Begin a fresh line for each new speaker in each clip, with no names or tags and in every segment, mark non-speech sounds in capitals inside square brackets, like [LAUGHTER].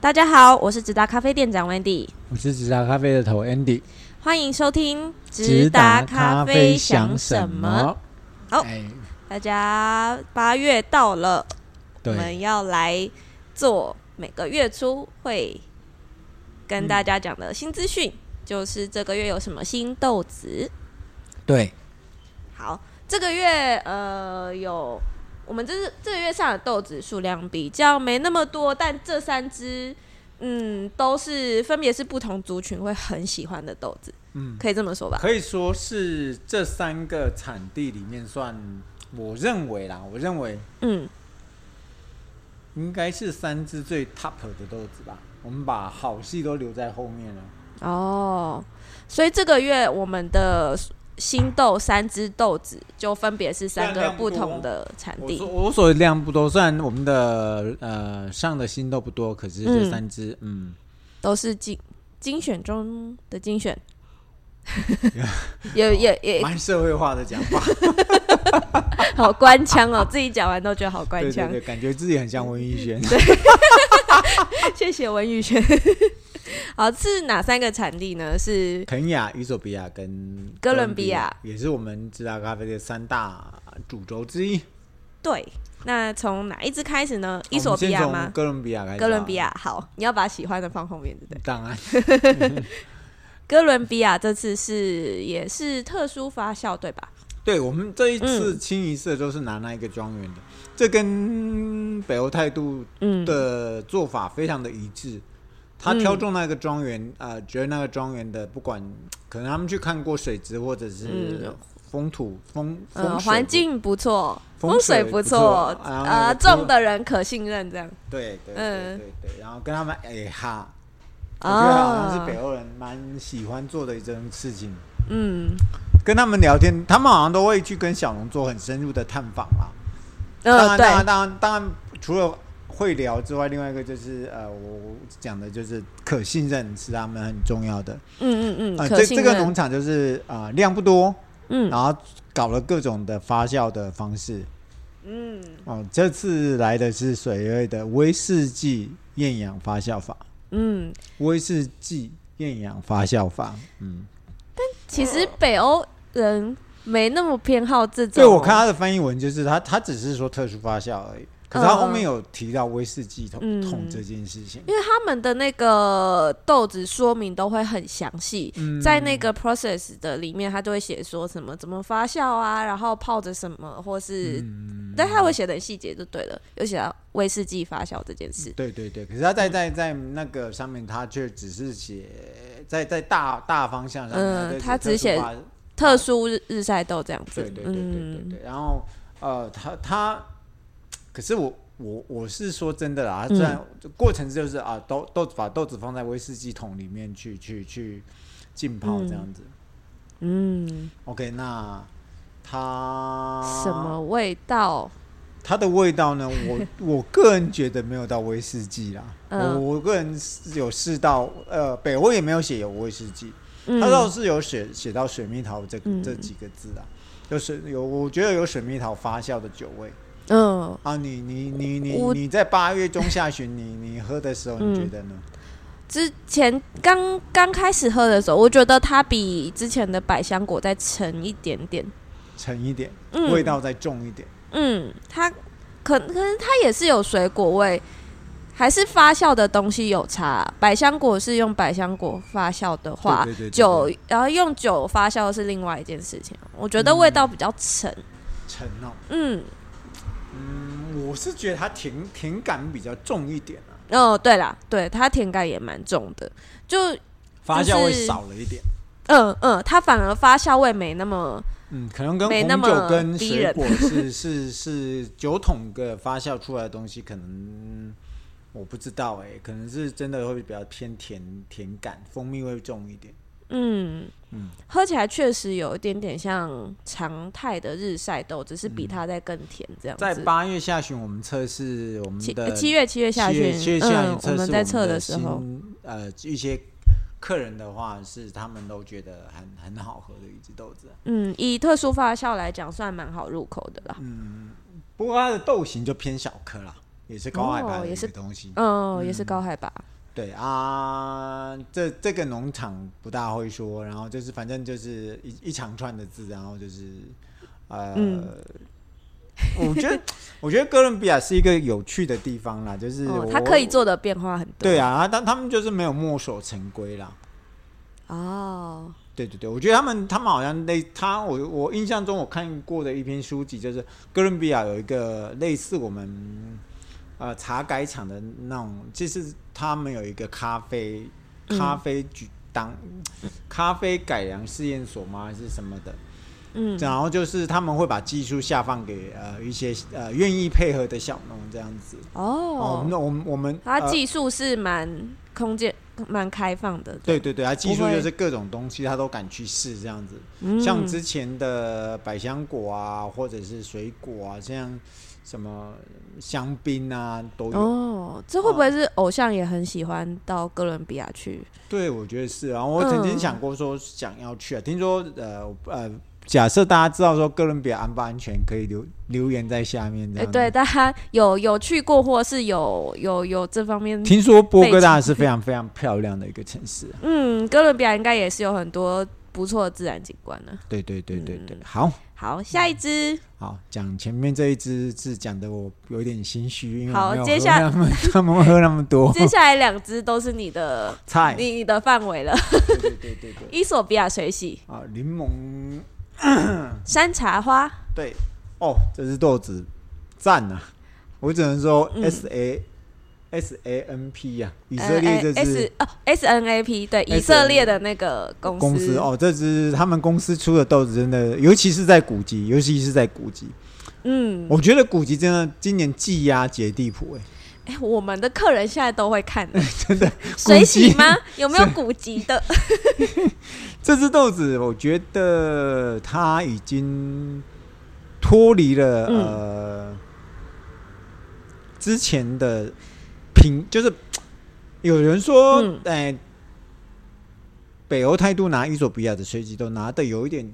大家好，我是直达咖啡店长 Wendy，
我是直达咖啡的头 Andy，
欢迎收听
直达咖啡想
什
什么？？
好
哎
大家八月到了，我
对
们要来做每个月初会跟大家讲的新资讯，就是这个月有什么新豆子。
对，
好，这个月呃有我们这是这个月上的豆子数量比较没那么多，但这三支嗯都是分别是不同族群会很喜欢的豆子，
嗯，
可以这么说吧？
可以说是这三个产地里面算，我认为啦，我认为
嗯，
应该是三只最 top 的豆子吧。我们把好戏都留在后面了。
哦，所以这个月我们的新豆三支豆子就分别是三个
量不
不
多
同的产
我
地
所。我所谓量不多，虽然我们的呃上的新豆不多，可是
嗯
这三只，嗯，
都是精精选中的精
[LAUGHS]
选，也也也
蛮社会化的讲话，
好官腔哦，自己讲完都觉得好官
对对
腔。
对，感觉自己很像文艺轩。
谢谢文宇轩。 [LAUGHS] 好，是哪三个产地呢？是
肯雅、伊索比亚跟
哥伦比亚
也是我们直达咖啡的三大主轴之一。
对，那从哪一支开始呢？伊索比亚
我们先从
吗？
哥伦比亚开始。啊
哥伦比，亚。好，你要把喜欢的放后面，对不对？
当然，
哥伦比亚这次是也是特殊发酵，对吧？
对我们这一次清一色都是拿那一个庄园的，这跟北欧态度
嗯，
的做法非常的一致。他挑中那个庄园，呃，觉得那个庄园的不管，可能他们去看过水质或者是
嗯
风土风
呃，
风水
环境不错，
风
风水
水
不
不
错，
错啊
呃，
那个不
种的人可信任，这样
对对对
嗯
对对，然后跟他们哎哈，我觉得好像是
啊
北，欧人蛮喜欢做的一件事情。
嗯，
跟他们聊天，他们好像都会去跟小农做很深入的探访啦。当
呃，
然，当然，
对，
当然，当然，除了会聊之外，另外一个就是呃，我讲的就是可信任是他们很重要的。
嗯嗯嗯，
呃，
可
这
信
这个
任
农，场就是啊、呃量不多，
嗯
然后搞了各种的发酵的方式。
嗯
哦、这次来的是水瑞的威士忌厌氧发酵法，
嗯，
威士忌厌氧发酵法，嗯。
其实北欧人没那么偏好这种，
哦对，我看他的翻译文就是他，他只是说特殊发酵而已，可是他后面有提到威士忌桶
嗯
桶这件事情。
因为他们的那个豆子说明都会很详细，
嗯
在那个 process 的里面，他就会写说什么怎么发酵啊，然后泡着什么，或是，
嗯
但他会写的细节就对了，有写到威士忌发酵这件事。
对对对，可是他在在在那个上面，他却只是写在在大大方向上面，
嗯
在
他只
特殊
写
发
特殊日日晒豆这样子，
对对对对对
嗯
对。然后呃，他他，可是我我我是说真的啦，他虽然、
嗯
过程就是啊，豆豆子把豆子放在威士忌桶里面去去去浸泡这样子。
嗯，
OK，那它
什么味
啊
道？
它的味道呢？
[LAUGHS]
我我个人觉得没有到威士忌啦。
嗯
我我个人是有试到，呃，北欧也没有写有威士忌，
嗯
它倒是有写写到水蜜桃这个、
嗯
这几个字啊，有水有，我觉得有水蜜桃发酵的酒味
嗯，
啊。你你你你
我
你在八月中下旬，你你喝的时候，
嗯
你觉得呢？
之前刚刚开始喝的时候，我觉得它比之前的百香果再沉一点点，
沉一点，
嗯
味道再重一点。
嗯，它可可能它也是有水果味，还是发酵的东西有差、百香果是用百香果发酵的话，
对对对对
酒
对
然后用酒发酵是另外一件事情。我觉得味道比较沉，
沉哦，
嗯，
嗯，我是觉得它甜甜感比较重一点啊，
哦，对啦，对它甜感也蛮重的，就
发
就
酵味
是
少了一点。
嗯嗯，它反而发酵味没那么
嗯，可能跟
没那
红
么
酒跟
逼
水
人
果是 [LAUGHS] 是是酒桶的发酵出来的东西，可能嗯我不知道哎、可能是真的会比较偏甜甜感，蜂蜜会重一点。
嗯，
嗯
喝起来确实有一点点像常态的日晒豆，只是
嗯
比它再更甜这样子。
在八月下旬，我们测试我们
七呃
的
七月七月下旬，
七月下旬
嗯，我
测试
们在测的时
新
候，
呃一些客人的话是他们都觉得很很好喝的一只豆子啊，
嗯，以特殊
嗯
发酵来讲，算蛮好入口的啦。
不过它的豆型就偏小颗啦，也是高海拔
哦
的
也
一
是
个东西。
嗯，也是高海拔，
对啊，这这个农场不大会说，然后就是反正就是一一长串的字，然后就是呃，
嗯
[LAUGHS] 我觉得我觉得哥伦比亚是一个有趣的地方啦，就是
哦
我，
它可以做的变化很多。
对，啊，但他们就是没有墨守成规啦。
哦，
对对对，我觉得他们他们好像类他我我印象中我看过的一篇书籍，就是哥伦比亚有一个类似我们呃茶改厂的那种，就是他们有一个咖啡
嗯
咖啡举当咖啡改良试验所吗还是什么的，
嗯，
然后就是他们会把技术下放给呃一些呃愿意配合的小农这样子。哦，
哦，
那我们我们
它
呃
技术是蛮空间蛮开放的，
对对对，它技术
不会
就是各种东西他都敢去试这样子。
嗯
像之前的百香果啊，或者是水果啊，像什么香槟啊都有。
哦，这会不会是偶像也很喜欢到哥伦比亚去？
对，我觉得是啊。我曾经
嗯
想过说想要去啊，听说呃呃，假设大家知道说哥伦比亚安不安全，可以留留言在下面这
哎、
样。
对，。大家有有去过，或是有有有这方面，
听说波哥大是非常非常漂亮的一个城市啊，
[LAUGHS] 嗯，哥伦比亚应该也是有很多不错的自然景观呢、
对对对对对，嗯好
好，下一
[LAUGHS]
支，
好讲前面这一支是讲的我有点心虚，因为
好
我没有
接
喝
下
那么 [LAUGHS] 他们喝那么
[LAUGHS]
多
接下来两支都是你的
菜，对
你的范围了。
[LAUGHS]
[LAUGHS]
对对对对对
伊索比亚水洗
啊，柠檬
山茶花，
对，哦，这是豆子，赞呐、我只能说
嗯
S A、S A N P 呀、以色列这支
S 哦 S N A P 对以色列的那个公司
公司哦，这支他们公司出的豆子真的，尤其是在古籍，尤其是在古籍，
嗯，
我觉得古籍真的今年技压杰地普哎、
哎、我们的客人现在都会看的，
[LAUGHS] 真的
[LAUGHS] 水洗
籍 [LAUGHS]
吗？有没有古籍的？
这支豆子，我觉得它已经脱离了、
嗯
呃之前的品，就是有人说，
嗯
哎、北欧态度拿伊索比亚的水洗豆拿的有一点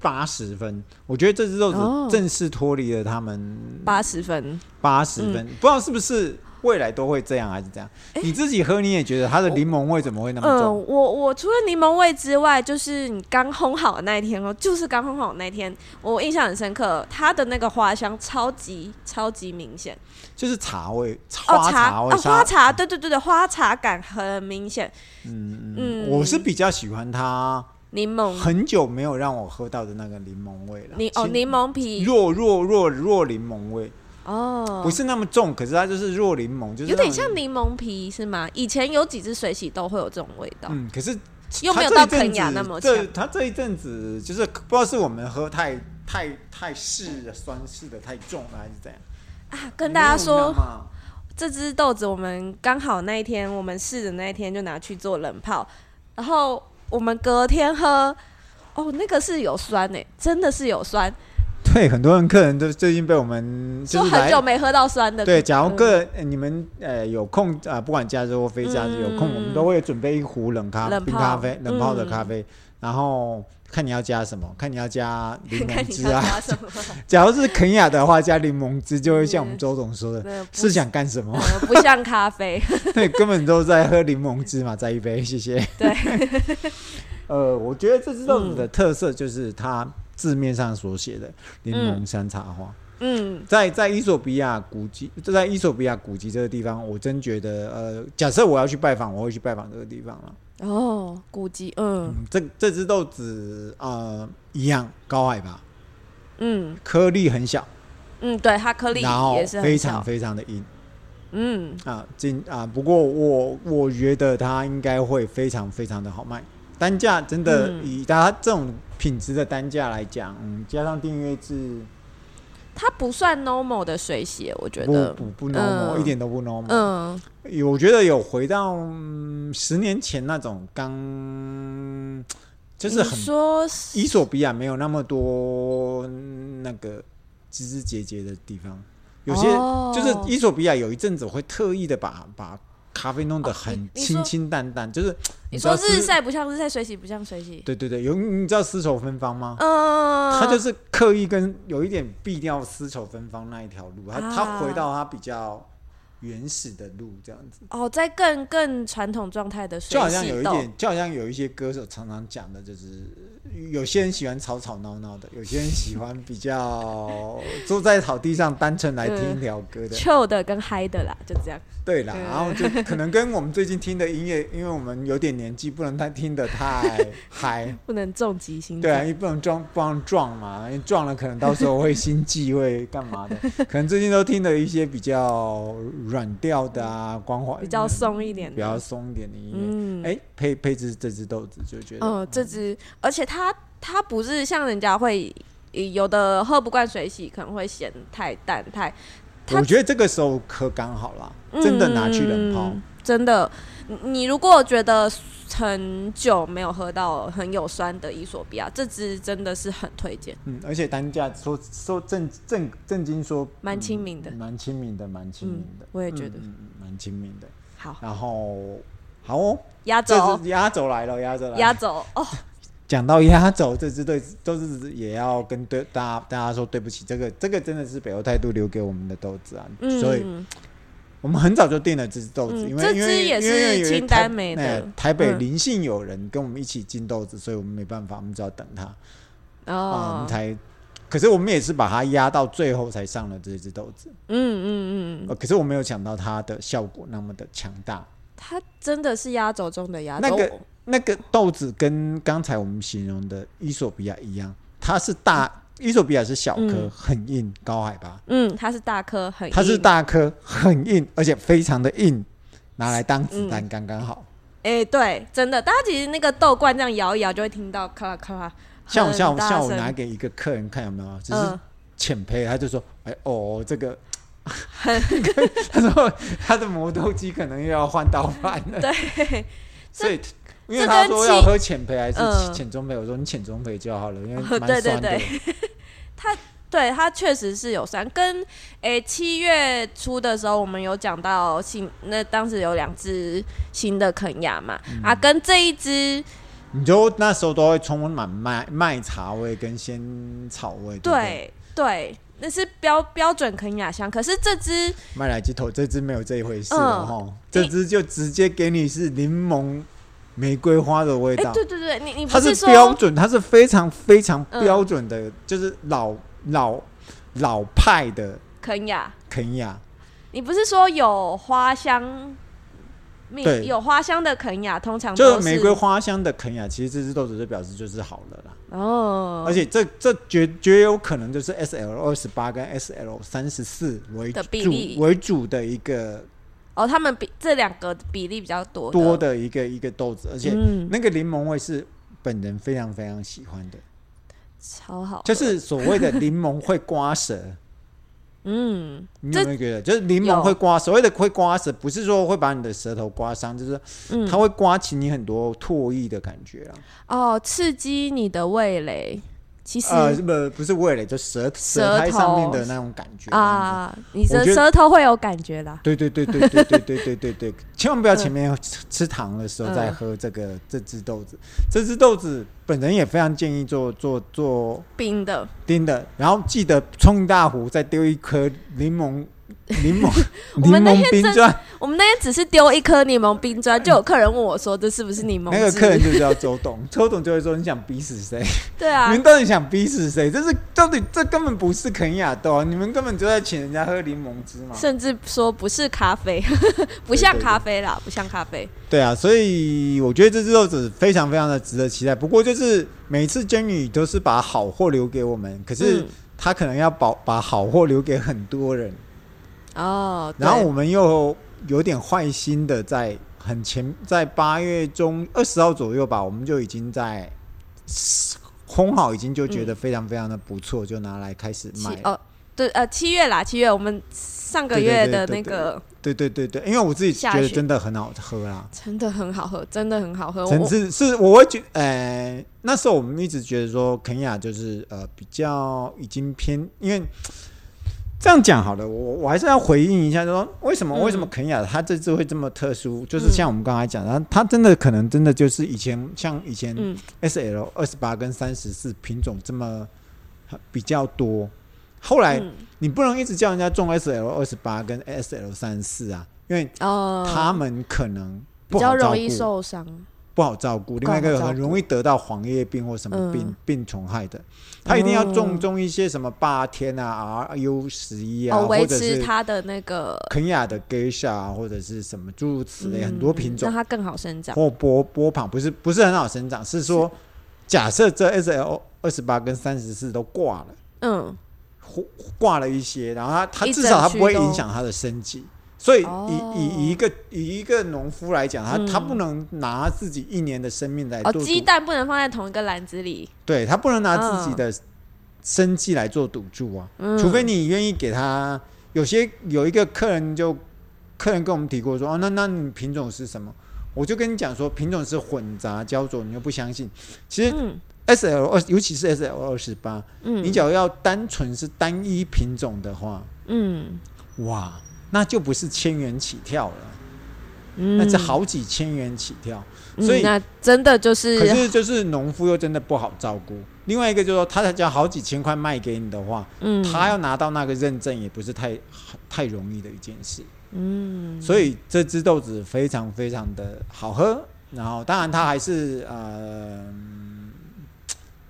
八十分，我觉得这支豆
哦
子正式脱离了他们
八十分，
八十
嗯
分，不知道是不是未来都会这样还是怎样？你自己喝你也觉得它的
哦
柠檬味怎么会那么
嗯，
重？
我我除了柠檬味之外，就是你刚烘好的那一天哦，就是刚烘好的那一天，我印象很深刻，它的那个花香超级超级明显。
就是茶味，
哦，茶
花茶
哦
味，，
花茶，对对对对，花茶感很明显。嗯嗯
我是比较喜欢它
柠檬，
很久没有让我喝到的那个柠檬味了。
柠哦
其
柠檬皮
弱弱弱弱柠檬味，
哦
不，是那么重，可是它就是弱柠檬，就是
有点
那种
像柠檬皮是吗？以前有几只水洗都会有这种味道，
嗯，可是
哦又没有到肯雅那么强
这它这一阵子就是不知道是我们喝太太太适酸适的太重了，还是怎样？
啊。跟大家说
没有那，么
这只豆子我们刚好那一天我们试的那一天就拿去做冷泡，然后我们隔天喝，哦，那个是有酸诶、真的是有酸，
对很多人客人都最近被我们就
说
是
很
来
久没喝到酸的。
对，假如
嗯
个、呃你们呃有空啊、呃不管假日或非假日有空，我们都会准备一壶冷咖
嗯冷
冰
泡
咖啡、冷泡的
嗯
咖啡，然后看你要加什么，看你要加
[LAUGHS]
柠
看
檬
你
汁
要
啊。
加
[LAUGHS]
什么？
假如是肯雅的话，加柠檬汁就会像我们
嗯
周总说的，
那不
是想干什么？ [LAUGHS]
呃不像咖啡，
对，根本都在喝柠檬汁嘛，再一杯，谢谢。
对，嗯
[LAUGHS] 呃，我觉得这支豆子的特色就是它字面上所写的柠檬山茶花。
嗯
在在伊索比亚古籍，在伊索比亚古籍这个地方，我真觉得，呃，假设我要去拜访，我会去拜访这个地方了。
哦，估计嗯
嗯，这这只豆子，呃，一样高海拔，
嗯
颗粒很小，
嗯，对，它颗粒
然后
也是很
非
小
常非常的硬
嗯
啊，今啊，不过我我觉得它应该会非常非常的好卖，单价真的、
嗯
以它这种品质的单价来讲，嗯，加上订阅制，
它不算 normal 的水洗，我觉
不
得，
不不 normal，、
嗯
一点都不 normal，
嗯
我觉得有回到、嗯十年前那种
[COUGHS]
刚，就是很
你说是
伊索比亚没有那么多嗯那个枝枝节节的地方，有些、
哦
就是伊索比亚有一阵子会特意的把把咖啡弄得很
你你说
清清淡淡，就是
哦你
知道
说
丝
日晒不像日晒，水洗不像水洗，
对对对，有你知道丝绸芬芳吗？
嗯，
他就是刻意跟有一点避掉丝绸芬芳那一条路，他、他
啊
回到他比较原始的路这样子。
哦，在更更传统状态的水
就好像有
洗
一
豆，
点，就好像有一些歌手常常讲的，就是有些人喜欢吵吵闹闹的，有些人喜欢比较坐在草地上单纯来听一条歌的。
旧的跟嗨的啦，就这样。
对啦，
对
然后就可能跟我们最近听的音乐，因为我们有点年纪，不能太听
[LAUGHS]
得太嗨。
不能重击心
对啊，
脏。
因为不能撞，不能撞嘛，因为撞了可能到时候
[LAUGHS]
会心悸，会干嘛的。可能最近都听了一些比较软调的啊，光滑
比较松一点的
比较松一点的音乐。
嗯，
哎、配配置这只豆子就觉得，
哦，这只，而且它它不是像人家会有的喝不惯水洗，可能会嫌太淡太，它
我觉得这个时候可刚好啦，真的拿去冷泡，
嗯真的，你你如果觉得很久没有喝到很有酸的伊索比亚，这支真的是很推荐，
嗯，而且单价说说正正正经说
蛮亲民的
嗯蛮亲民的，蛮亲民的
嗯，我也觉得
嗯嗯嗯蛮亲民的。
好，
然后好哦，
压
这
轴，
只压轴来了，压轴来
压
了。
轴哦，
讲到压轴，这支对豆子也要跟对大家大家说对不起，这个这个真的是北欧态度留给我们的豆子啊， [LAUGHS] 所以
嗯，
我们很早就定了这只豆子，
嗯
因为
这
因
只
为
也
因为
是
因为
清
台
单美的
哎台北
嗯
林姓友人跟我们一起进豆子，所以我们没办法，我们只好等他啊、我
哦
们，才。可是我们也是把它压到最后才上了这只豆子、
嗯嗯嗯嗯，
呃可是我没有想到它的效果那么的强大。
它真的是压轴中的压轴，
那个那个豆子跟刚才我们形容的伊索比亚一样，它是大，伊索比亚是小颗，
嗯
很硬，高海拔；
嗯，它是大颗，很
它是
硬，
大颗，很硬，而且非常的硬，拿来当子弹
嗯
刚刚好。
哎、对，真的，大家其实那个豆罐这样摇一摇，就会听到咔啦咔啦，
像我
很
像我
大
像我
声
拿给一个客人看有没有，只是
嗯
浅焙，他就说，哎哦，这个， [LAUGHS] 他说他的磨豆机可能又要换到饭了，
对，
[LAUGHS] 所以因为
这
他
跟
说
气
要喝浅焙还是
嗯
浅中焙，我说你浅中焙就好了，因为
[LAUGHS] 对
蛮
对
酸的
对。对，它确实是有酸。跟诶七月初的时候，我们有讲到新，那当时有两只新的肯亚嘛，
嗯
啊，跟这一只
你就那时候都会充满麦麦茶味跟仙草味，对不对，
对对，那是标标准肯亚香，可是这只
麦来鸡头这只没有这一回事了
嗯
哈，这只就直接给你是柠檬玫瑰花的味
诶，
道。
哎对对对，你你不
它是
说
标准，它是非常非常
嗯
标准的，就是老老老派的
肯亚，
肯亚，
你不是说有花香蜜
对
有花香的肯亚，通常
就
都是
是玫瑰花香的肯亚。其实这只豆子就表示就是好了啦，
哦
而且这这绝绝有可能就是 S L 二十八跟 S L 三十四为
的比
主
例
为主的一个
哦，他们比这两个比例比较多
多的一个一个豆子，而且
嗯，
那个柠檬味是本人非常非常喜欢的，
哦超好，
就是所谓的柠檬会刮舌。
嗯
你
这
有没有觉得，就是柠檬
有
会刮，所谓的会刮舌，不是说会把你的舌头刮伤，就是
嗯，
它会刮起你很多唾液的感觉啊。
哦，刺激你的味蕾，其实、
呃，不不是味蕾，就舌舌苔
舌头
上面的那种感觉啊。
啊，你的
我觉得
舌头会有感觉啦。
对对对对对对对对对对，千万不要前面吃吃糖的时候再
嗯
喝这个这只豆子。这只豆子本人也非常建议做做做
冰的，
丁的，然后记得冲一大壶，再丢一颗柠檬柠檬
我
柠
们那
檬
天
冰
真
砖。
我们那天只是丢一颗柠檬冰砖，就有客人问我说：“这是不是柠檬汁？”
那个客人就是要周董， [LAUGHS] 周董就会说你想逼死谁？
对
你
啊
们，到底想逼死谁？这是到底这根本不是肯亚豆、啊，你们根本就在请人家喝柠檬汁嘛？
甚至说不是咖
[LAUGHS]
啡，不像咖啡啦，不像咖啡。
对啊，所以我觉得这只豆子非常非常的值得期待。不过就是每次娟女都是把好货留给我们，可是
嗯
她可能要保把好货留给很多人，
哦，对
然后我们又有点坏心的在很前，在八月中二十号左右吧，我们就已经在烘好，已经就觉得非常非常的不错，就拿来开始卖
七
了。
嗯哦，对呃，七月啦，七月我们上个
对对
月
对
的
对
那
对
个
对对对对，因为我自己觉
下
得
雪
真的很好喝啦，
真的很好喝，真的很好喝。
甚
呃我
至是我会觉，呃，那时候我们一直觉得说肯雅就是呃比较已经偏，因为这样讲好了，我我还是要回应一下，就说为什么、
嗯
为什么肯雅它这次会这么特殊，就是像我们刚才讲，的，它真的可能真的就是以前像以前
嗯
S L 二十八跟三十四品种这么比较多，后来
嗯
你不能一直叫人家种 SL 二十八跟 SL 三四啊，因为
哦，
他们可能
比
不
较
好照
容易
顾，
受伤，
不好照顾。另外一
不
个
好照
很
顾
容易得到黄叶病或什么病、
嗯
病虫害的，他一定要
嗯
种种一些什么霸天啊、RU 十一啊，
哦，维
或者
持
是
它的那个
肯亚的 geisha 啊或者是什么诸如此类、
嗯
很多品种
让。它更好生长。
或波波旁不是不是很好生长，是说假设这 S L 二十八跟三十四都挂了，
嗯，
或挂了一些，然后它它
一整
至少它
区
不会
都
影响它的生计。所以以、
哦
以一个以一个农夫来讲，他、他
嗯
不能拿自己一年的生命来
哦，
做赌，
鸡蛋不能放在同一个篮子里，
对他不能拿自己
嗯
的生计来做赌注啊，
嗯
除非你愿意给他。有些有一个客人就客人跟我们提过说，哦，那那你品种是什么？我就跟你讲说，品种是混杂交种，你又不相信。其实
嗯
S L 二，尤其是 S L 二十八，
嗯，
你只要要单纯是单一品种的话，
嗯
哇，那就不是千元起跳了，
嗯，
那是好几千元起跳。
嗯，
所以
那真的就
可
是啊
是就是农夫又真的不好照顾。另外一个就是说，他才交好几千块卖给你的话，
嗯，
他要拿到那个认证也不是太太容易的一件事。
嗯，
所以这只豆子非常非常的好喝，然后当然它还是呃，嗯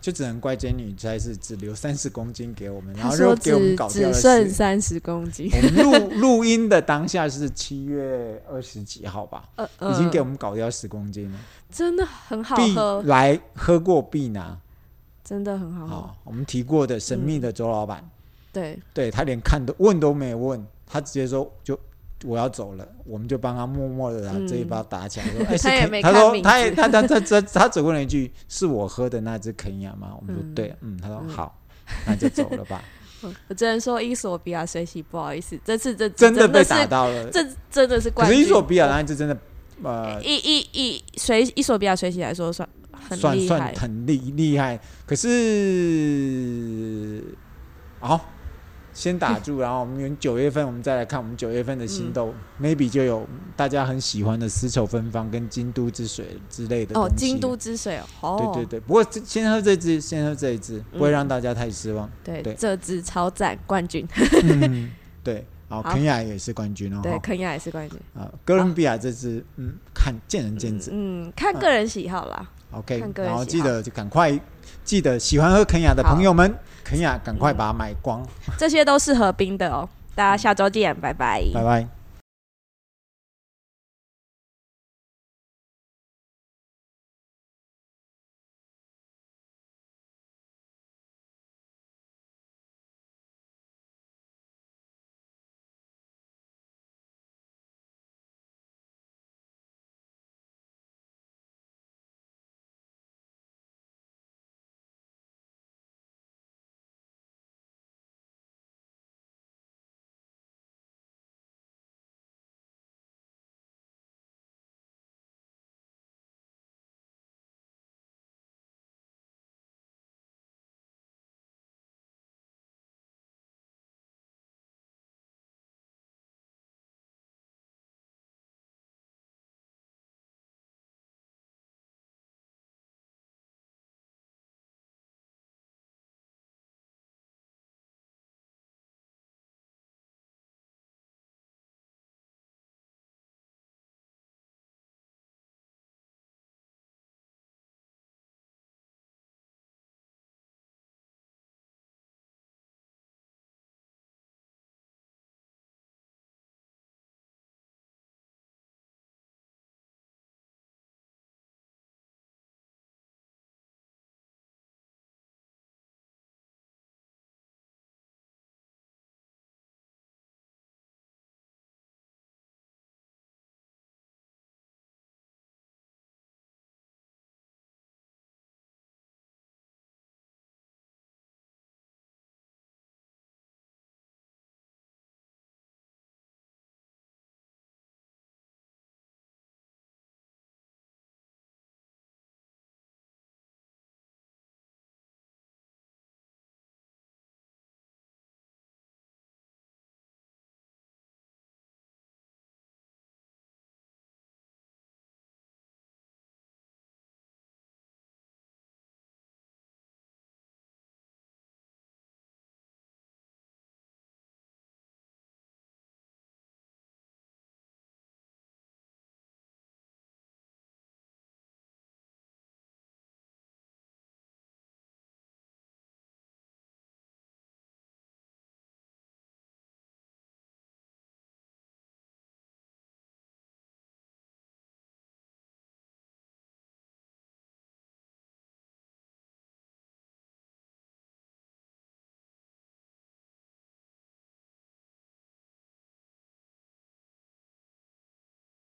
就只能怪 Jenny 才是只留三十公斤给我们，然
他
后
说
又给我们
只
搞掉
只
了
剩
十。
三十公斤，
我们录录音的当下是七月二十几号吧，
呃
已经给我
们
们搞掉十公斤了，
真的很好
必
喝，
来喝过必拿。
真的很好
好、
喝，
我们提过的神秘的周老板，
对，
对他连看都问都没问，他直接说就我要走了，我们就帮他默默的把
嗯
这一包打起来。
[LAUGHS]
说哎是
他也
肯
没
他
看
说
名
他也
字
他他他他他只问了一句：“是我喝的那只肯亚吗？”我们说：“
嗯
对，嗯。”他说：“
嗯
好，那就走了
[LAUGHS]
吧。
我只能说伊索比亚水洗，不好意思，这次这”
真的被
是
打到了。
这真的是
可
冠
是
军。
伊索比亚那一只真的呃，
以以以水伊索比亚水洗来说算很
算
厉
算
害，
很厉厉害。可是好。先打住，然后我们九月份我们再来看我们九月份的
嗯
新豆、m a y b e 就有大家很喜欢的丝绸芬芳跟京都之水之类的
哦，
东西
京都之水哦，嗯
对对对，不过这先喝这支，先喝这一支，不会让大家太
[LAUGHS]
失望。
对哦
对
这支超赞冠军，
嗯，对，好，
好
肯亚也是冠军哦。
[LAUGHS] 对，
哈
肯亚也是冠军，
啊，哥伦比亚这支，嗯，看见仁见智。
嗯，看个人喜好啦，
OK，
看个人
然后
喜
记
好
得就赶快，记得喜欢喝肯亚的
好
朋友们，肯亚赶快把它买光，
这些都是合冰的哦，大家下周见，拜拜
拜拜。